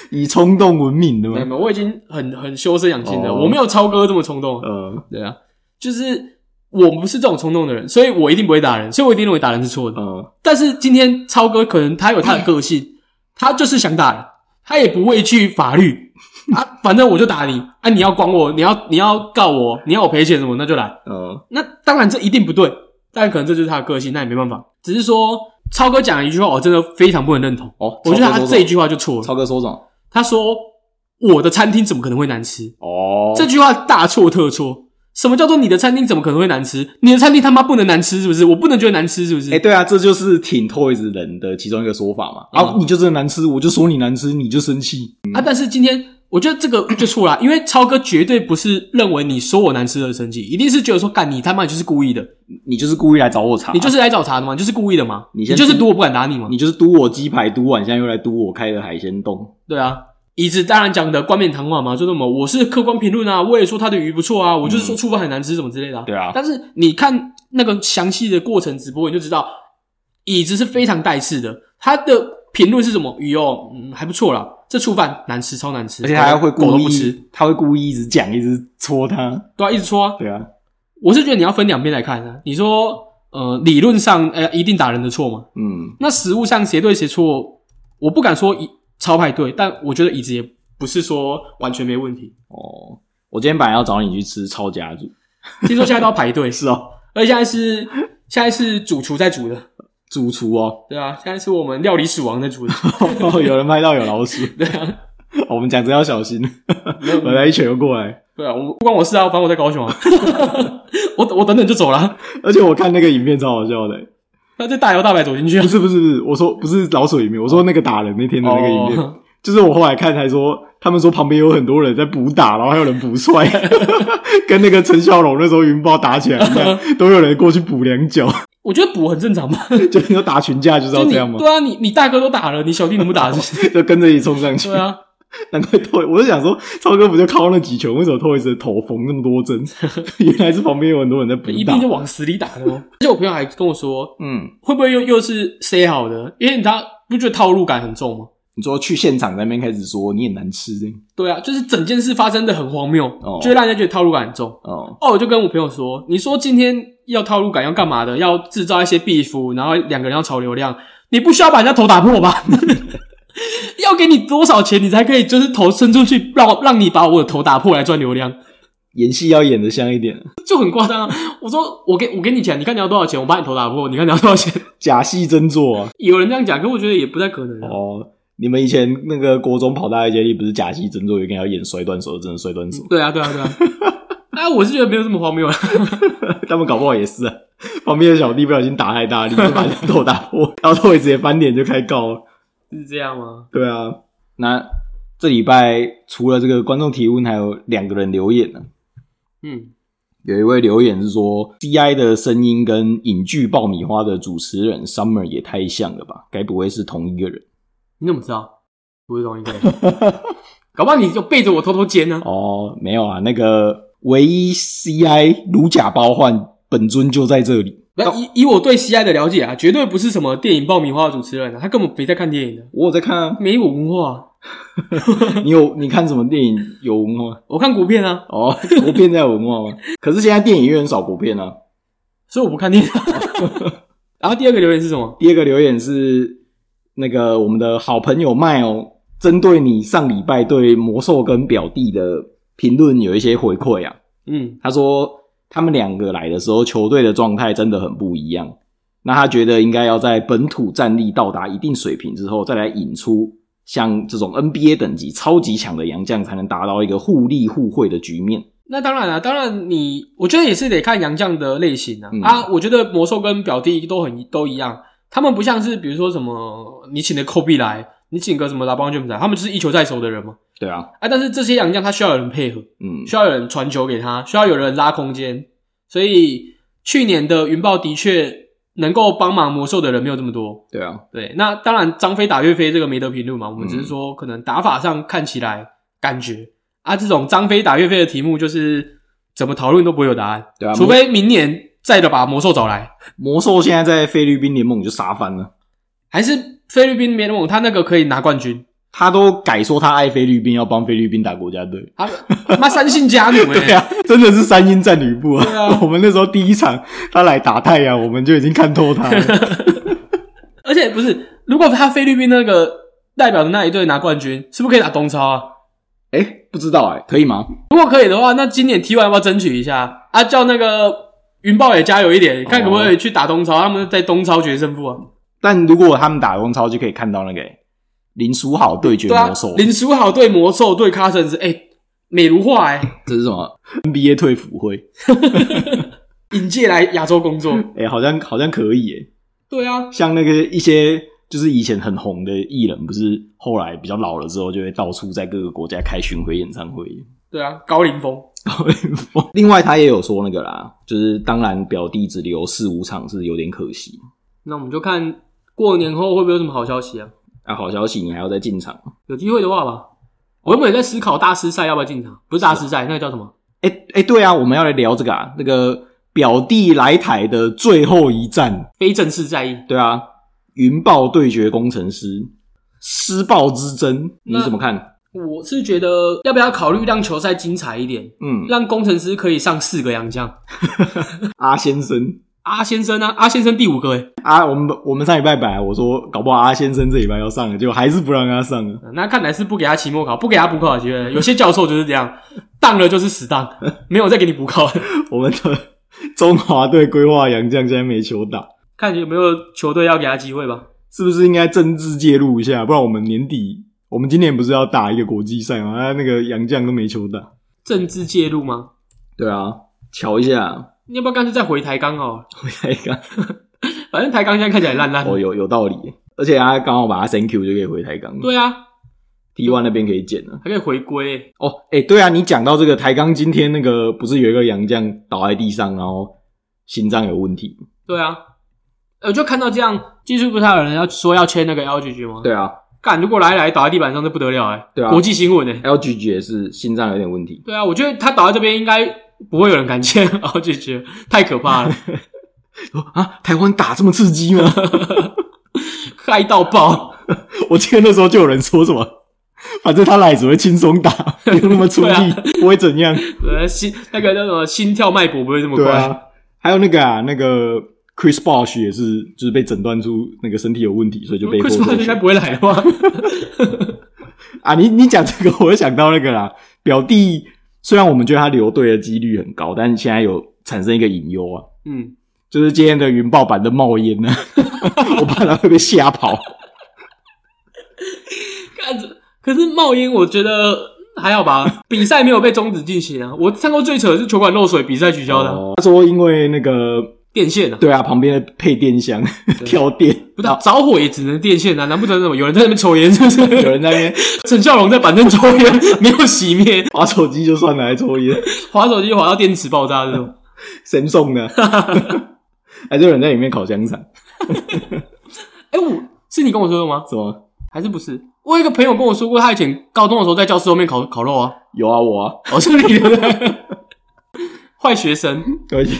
Speaker 1: 以冲动闻名的
Speaker 2: 没有，
Speaker 1: 吗？
Speaker 2: 没有我已经很很修身养性了，
Speaker 1: 哦
Speaker 2: 我没有超哥这么冲动。
Speaker 1: 呃
Speaker 2: 对啊，就是我不是这种冲动的人，所以我一定不会打人，所以我一定认为打人是错的。
Speaker 1: 呃，
Speaker 2: 但是今天超哥可能他有他的个性， 他就是想打人，他也不畏惧 法律啊，反正我就打你啊，你要管我，你要你要告我，你要我赔钱什么，那就来。
Speaker 1: 呃，
Speaker 2: 那当然这一定不对，但可能这就是他的个性，那也没办法。只是说超哥讲了一句话，我真的非常不能认同，
Speaker 1: 哦，
Speaker 2: 我觉得
Speaker 1: 超
Speaker 2: 他
Speaker 1: 哥说
Speaker 2: 这一句话就错
Speaker 1: 什么
Speaker 2: 了。
Speaker 1: 超哥说什么？
Speaker 2: 他说我的餐厅怎么可能会难吃？
Speaker 1: 哦，
Speaker 2: 这句话大错特错。什么叫做你的餐厅怎么可能会难吃？你的餐厅他妈不能难吃是不是？我不能觉得难吃是不是？
Speaker 1: 哎、对啊，这就是挺 Toys 人的其中一个说法嘛。啊，
Speaker 2: 嗯
Speaker 1: 你就真的难吃，我就说你难吃，你就生气。
Speaker 2: 啊，但是今天我觉得这个就错了，因为超哥绝对不是认为你说我难吃而生气，一定是觉得说干你他妈就是故意的，
Speaker 1: 你就是故意来找我茬，
Speaker 2: 你就是来找茬的嘛，你就是故意的嘛，
Speaker 1: 啊你
Speaker 2: 你
Speaker 1: 先
Speaker 2: 就是赌我不敢打你嘛，
Speaker 1: 你就是嘟我鸡排，嘟完现在又来嘟我开的海鲜冻。
Speaker 2: 对啊。椅子当然讲的冠冕堂皇嘛，就这么我是客观评论啊，我也说他的鱼不错啊，我就
Speaker 1: 嗯
Speaker 2: 是说醋饭很难吃什么之类的、啊
Speaker 1: 对啊，
Speaker 2: 但是你看那个详细的过程直播，你就知道椅子是非常带刺的。他的评论是什么？鱼哦，嗯，还不错啦。这醋饭难吃，超难吃，
Speaker 1: 而且他还会
Speaker 2: 狗
Speaker 1: 故
Speaker 2: 都不吃，
Speaker 1: 意，他会故意一直讲，一直戳他。
Speaker 2: 对啊，一直说啊。
Speaker 1: 对啊，
Speaker 2: 我是觉得你要分两边来看啊。你说，呃，理论上，呃，一定打人的错嘛？
Speaker 1: 嗯，
Speaker 2: 那实物上谁对谁错，我不敢说一超派对，但我觉得椅子也不是说完全没问题。
Speaker 1: 哦，我今天本来要找你去吃超家族，
Speaker 2: 听说现在都要排队，
Speaker 1: 是哦，
Speaker 2: 而且现在是现在是主厨在煮的，
Speaker 1: 主厨哦，
Speaker 2: 对啊，现在是我们料理鼠王在 煮的。
Speaker 1: 有人拍到有老鼠，
Speaker 2: 对啊，
Speaker 1: 我们讲真要小心，本来一拳就过来。
Speaker 2: 对啊，我不关我事啊，反正我在高雄啊， 我我等等就走了，
Speaker 1: 而且我看那个影片超好笑的、
Speaker 2: 那就大摇大摆走进去啊
Speaker 1: 不。是不是不是，我说不是老鼠影片，我说那个打人那天的那个影片，
Speaker 2: 哦，
Speaker 1: 就是我后来看才说，他们说旁边有很多人在补打，然后还有人补摔， 跟那个陈小龙那时候云豹打起来一 样，都有人过去补两脚，
Speaker 2: 我觉得补很正常吧，
Speaker 1: 就你说打群架就是
Speaker 2: 就
Speaker 1: 要
Speaker 2: 你
Speaker 1: 这样吗？哦
Speaker 2: 对啊，你你大哥都打了，你小弟能不 打是不是？
Speaker 1: 就跟着你冲上去
Speaker 2: 对，啊，
Speaker 1: 难怪托，我就想说，超哥不就靠那几拳，为什么托一次头缝那么多针？ 原来是旁边有很多人在补
Speaker 2: 一
Speaker 1: 打
Speaker 2: 定，就往死里打的哦。而且我朋友还跟我说，
Speaker 1: 嗯。
Speaker 2: 会不会又又是 say 好的？因为你知道，不觉得套路感很重吗？
Speaker 1: 你说去现场那边开始说你很难吃这样
Speaker 2: 对啊，就是整件事发生的很荒谬，
Speaker 1: 哦
Speaker 2: 就会让人家觉得套路感很重。
Speaker 1: 哦，
Speaker 2: 哦，我就跟我朋友说，你说今天要套路感要干嘛的？要制造一些 beef，然后两个人要炒流量，你不需要把人家头打破吧？ 要给你多少钱，你才可以就是头伸出去，让我让你把我的头打破来赚流量，
Speaker 1: 演戏要演的像一点，
Speaker 2: 就很夸张、啊。我说我给我给你钱，你看你要多少钱，我把你头打破，你看你要多少钱？
Speaker 1: 假戏真做啊！
Speaker 2: 有人这样讲，可我觉得也不太可能、啊。
Speaker 1: 哦，你们以前那个国中跑大爱接力，不是假戏真做，有一个人要演摔断手，真的摔断手，
Speaker 2: 对啊，对啊，对啊。啊，我是觉得没有这么荒谬啊。
Speaker 1: 他们搞不好也是啊。旁边的小弟不小心打太大力，就把人家头打破， 然后头也直接翻脸就开告了。
Speaker 2: 是这样吗？
Speaker 1: 对啊，那这礼拜除了这个观众提问，还有两个人留言呢、
Speaker 2: 嗯，
Speaker 1: 有一位留言是说，CI 的声音跟影剧爆米花的主持人 Summer 也太像了吧？该不会是同一个人？
Speaker 2: 你怎么知道？不是同一个人，搞不好你就背着我偷偷奸呢、
Speaker 1: 哦，没有啊，那个唯一 CI 如假包换，本尊就在这里。
Speaker 2: 不要以以我对西爱的了解啊，绝对不是什么电影爆米花的主持人啊，他根本没在看电影的，
Speaker 1: 我有在看啊，
Speaker 2: 没有文化。
Speaker 1: 你有你看什么电影有文化？
Speaker 2: 我看国片啊，
Speaker 1: 哦，国片才有文化吗？ 可是现在电影院很少国片啊。
Speaker 2: 所以我不看电影。 然后第二个留言是什么？
Speaker 1: 第二个留言是那个我们的好朋友麦哦，针对你上礼拜对魔兽跟表弟的评论有一些回馈啊。
Speaker 2: 嗯，
Speaker 1: 他说他们两个来的时候，球队的状态真的很不一样。那他觉得应该要在本土战力到达一定水平之后，再来引出像这种 NBA 等级超级强的洋将，才能达到一个互利互惠的局面。
Speaker 2: 那当然了、啊当然你，我觉得也是得看洋将的类型啊。
Speaker 1: 嗯
Speaker 2: 啊，我觉得魔兽跟表弟都很都一样，他们不像是比如说什么你请的科比来，你请个什么拉邦詹姆斯来，他们就是一球在手的人嘛。
Speaker 1: 对啊，
Speaker 2: 啊，但是这些洋将他需要有人配合，
Speaker 1: 嗯，
Speaker 2: 需要有人传球给他，需要有人拉空间。所以去年的云豹的确能够帮忙魔兽的人没有这么多。
Speaker 1: 对啊，
Speaker 2: 对，那当然张飞打岳飞这个没得评论嘛，我们只是说可能打法上看起来感觉啊，这种张飞打岳飞的题目就是怎么讨论都不会有答案，
Speaker 1: 对啊
Speaker 2: 除非明年再的把魔兽找来，
Speaker 1: 魔兽现在在菲律宾联盟就杀翻了，
Speaker 2: 还是菲律宾联盟他那个可以拿冠军，
Speaker 1: 他都改说他爱菲律宾，要帮菲律宾打国家队。
Speaker 2: 啊他妈三姓家奴哎、
Speaker 1: 对啊，真的是三英战吕布啊！
Speaker 2: 对 啊
Speaker 1: 我们那时候第一场他来打太阳，我们就已经看透他 了。啊
Speaker 2: 而且不是，如果他菲律宾那个代表的那一队拿冠军，是不是可以打东超啊？
Speaker 1: 哎、不知道哎、可以吗？
Speaker 2: 如果可以的话，那今年 T1 要不要争取一下啊？叫那个云豹也加油一
Speaker 1: 哦
Speaker 2: 点，看可不可以去打东超，他们在东超决胜负啊。
Speaker 1: 但如果他们打中超，就可以看到那个、欸、林书豪对决
Speaker 2: 对啊
Speaker 1: 魔兽，，
Speaker 2: 林书豪对魔兽对卡森斯，哎、美如画哎、
Speaker 1: 这是什么 NBA 退辅会？
Speaker 2: 引介来亚洲 工作。
Speaker 1: 哎、好像好像可以哎、
Speaker 2: 对啊，
Speaker 1: 像那个一些就是以前很红的艺人，不是后来比较老了之后，就会到处在各个国家开巡回演唱会。
Speaker 2: 对啊，高凌风
Speaker 1: 另外，他也有说那个啦，就是当然表弟只留四五场是有点可惜
Speaker 2: 那我们就看过年后会不会有什么好消息啊？
Speaker 1: 啊。好消息，你还要再进场。
Speaker 2: 有机会的话吧。我原本也在思考大师赛要不要进场，不是大师赛，那个叫什么？
Speaker 1: 哎、哎、对啊，我们要来聊这个啊，那个表弟来台的最后一战，
Speaker 2: 非正式赛役。
Speaker 1: 对啊，云豹对决工程师，施暴之争，你
Speaker 2: 那
Speaker 1: 怎么看？
Speaker 2: 我是觉得要不要考虑让球赛精彩一点，
Speaker 1: 嗯，
Speaker 2: 让工程师可以上四个洋将。
Speaker 1: 阿先生，
Speaker 2: 阿先生啊，阿先生第五个哎、
Speaker 1: 阿我们我们上礼拜本来我说搞不好阿先生这礼拜要上了，结果还是不让他上了。
Speaker 2: 呃那看来是不给他期末考，不给他补考的机会。有些教授就是这样，当了就是死当，没有再给你补考。
Speaker 1: 我们的 中华队规划杨将现在没球打，
Speaker 2: 看有没有球队要给他机会吧。
Speaker 1: 是不是应该政治介入一下？不然我们年底，我们今年不是要打一个国际赛吗？啊，那个杨将都没球打。
Speaker 2: 政治介入吗？
Speaker 1: 对啊，瞧一 下，
Speaker 2: 你要不要干脆再回台钢哦？
Speaker 1: 我来看。
Speaker 2: 反正台钢现在看起来烂烂 的。
Speaker 1: 哦，有有道理耶，而且他刚好把他 thank you 就可以回台钢
Speaker 2: 对啊，
Speaker 1: ，T one 那边可以剪了。
Speaker 2: 还可以回归、欸
Speaker 1: 哦，哎、对啊，你讲到这个台钢，今天那个不是有一个洋将倒在地上，然后心脏有问题？
Speaker 2: 对啊，我就看到这样，技术不太有人要说要签那个 LGG 吗？，
Speaker 1: 对啊
Speaker 2: 干如果来来倒在地板上，这不得了哎、
Speaker 1: 对啊
Speaker 2: 国际新闻哎、
Speaker 1: ，LGG 也是心脏有点问题，
Speaker 2: 对啊，我觉得他倒在这边应该不会有人敢签 LGG，太可怕 了，
Speaker 1: 哦啊，台湾打这么刺激吗？
Speaker 2: 嗨到爆。
Speaker 1: 我记得那时候就有人说什么，反正他来只会轻松打，不用那么出力，
Speaker 2: 对
Speaker 1: 不会怎样。
Speaker 2: 呃，心那个叫什么心跳脉搏不会这么
Speaker 1: 对
Speaker 2: 快，
Speaker 1: 啊，还有那个啊，那个 Chris Bosh 也是，就是被诊断出那个身体有问题，所以就被
Speaker 2: 为
Speaker 1: 迫
Speaker 2: 什
Speaker 1: 退
Speaker 2: 么
Speaker 1: 选
Speaker 2: 应该不会来的吧？
Speaker 1: 啊，你你讲这个，我就想到那个啦。表弟虽然我们觉得他留队的几率很高，但现在有产生一个隐忧啊，
Speaker 2: 嗯，
Speaker 1: 就是今天的云豹版的冒烟呢、 我怕他会被吓 跑。
Speaker 2: 看着，可是冒烟我觉得还好吧，比赛没有被终止进行啊。我看过最扯的是球馆漏水，比赛取消的啊、
Speaker 1: 哦他说因为那个
Speaker 2: 电线啊，
Speaker 1: 对啊，旁边的配电箱 跳电，
Speaker 2: 不是啊着火也只能电线啊，难不成什么有人在那边 抽烟是不
Speaker 1: 有
Speaker 2: 是？
Speaker 1: 人在那边
Speaker 2: 陈孝荣在板凳抽烟，没有熄灭，
Speaker 1: 划手机就算了，还抽烟，
Speaker 2: 滑手机滑到电池爆炸这 种。
Speaker 1: 神送 的，还是有人在里面烤香肠，
Speaker 2: 哎、我是你跟我说的吗？
Speaker 1: 什么？
Speaker 2: 还是不是？我有一个朋友跟我说过，他以前高中的时候在教室后面烤烤肉啊，
Speaker 1: 有啊，我啊，
Speaker 2: 哦，是你的 坏学生。
Speaker 1: 而且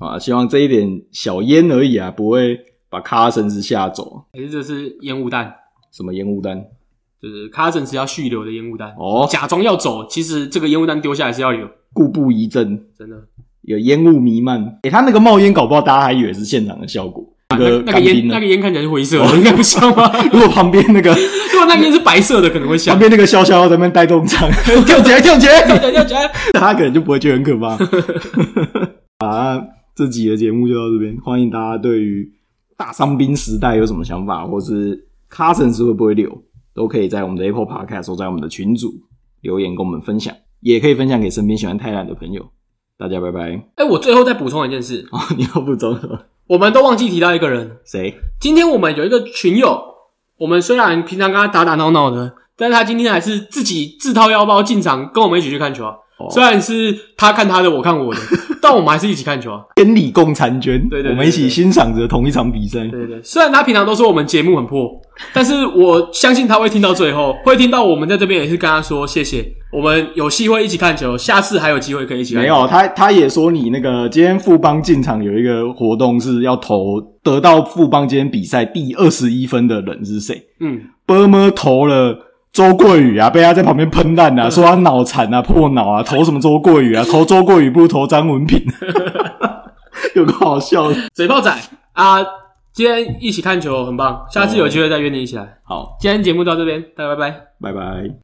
Speaker 1: 啊，希望这一点小烟而已啊，不会把卡神是吓走。
Speaker 2: 还是这是烟雾弹，
Speaker 1: 什么烟雾弹？
Speaker 2: 就是 Cousins 要续留的烟雾弹，
Speaker 1: 哦，
Speaker 2: 假装要走，其实这个烟雾弹丢下来是要留，
Speaker 1: 故布疑阵，
Speaker 2: 真的。
Speaker 1: 有烟雾弥漫。诶、他那个冒烟，搞不好大家还以为是现场的效果。那个
Speaker 2: 那个
Speaker 1: 干
Speaker 2: 烟，
Speaker 1: 冰
Speaker 2: 那
Speaker 1: 呢
Speaker 2: 个？烟看起来是灰色的，应该不像吧？
Speaker 1: 如果旁边那 个
Speaker 2: 如果那个烟是白色的，可能会 像
Speaker 1: 旁。边那个潇潇在那边带动 唱，跳起来，跳起
Speaker 2: 要
Speaker 1: 来，
Speaker 2: 讲要讲，
Speaker 1: 大家可能就不会觉得很可怕。 好啊，这集的节目就到这边，欢迎大家对于大伤兵时代有什么想法，或是 Cousins 会不会留，都可以在我们的 Apple Podcast 或在我们的群组留言跟我们分享。也可以分享给身边喜欢泰兰的朋友。大家拜拜！
Speaker 2: 哎、我最后再补充一件事，
Speaker 1: 哦， 你又不走了？
Speaker 2: 我们都忘记提到一个人。
Speaker 1: 谁？
Speaker 2: 今天我们有一个群友，我们虽然平常跟他打打闹闹的，但是他今天还是自己自掏腰包进场跟我们一起去看球啊。
Speaker 1: 哦
Speaker 2: 虽然是他看他的，我看我的，但我们还是一起看球啊。
Speaker 1: 天理共婵娟，
Speaker 2: 对对对啊
Speaker 1: 我们一起欣赏着同一场比赛。
Speaker 2: 对对对，虽然他平常都说我们节目很破，但是我相信他会听到最后，会听到我们在这边也是跟他说谢谢，我们有戏会一起看球，下次还有机会可以一起看
Speaker 1: 没
Speaker 2: 球。
Speaker 1: 有，他他也说你那个今天富邦进场有一个活动是要投得到富邦今天比赛第二十一分的人是谁？
Speaker 2: 嗯，
Speaker 1: 波么投了周桂宇啊，被他在旁边喷烂
Speaker 2: 嗯
Speaker 1: 啊，说他脑残啊、破脑啊，投什么周桂 宇啊？投周桂宇不如投张文平，有个好笑的。
Speaker 2: 嘴炮仔啊，今天一起看球很棒，下次有机会再约你一起来。
Speaker 1: 好，
Speaker 2: 今天节目到这边，大家拜拜。
Speaker 1: 拜拜。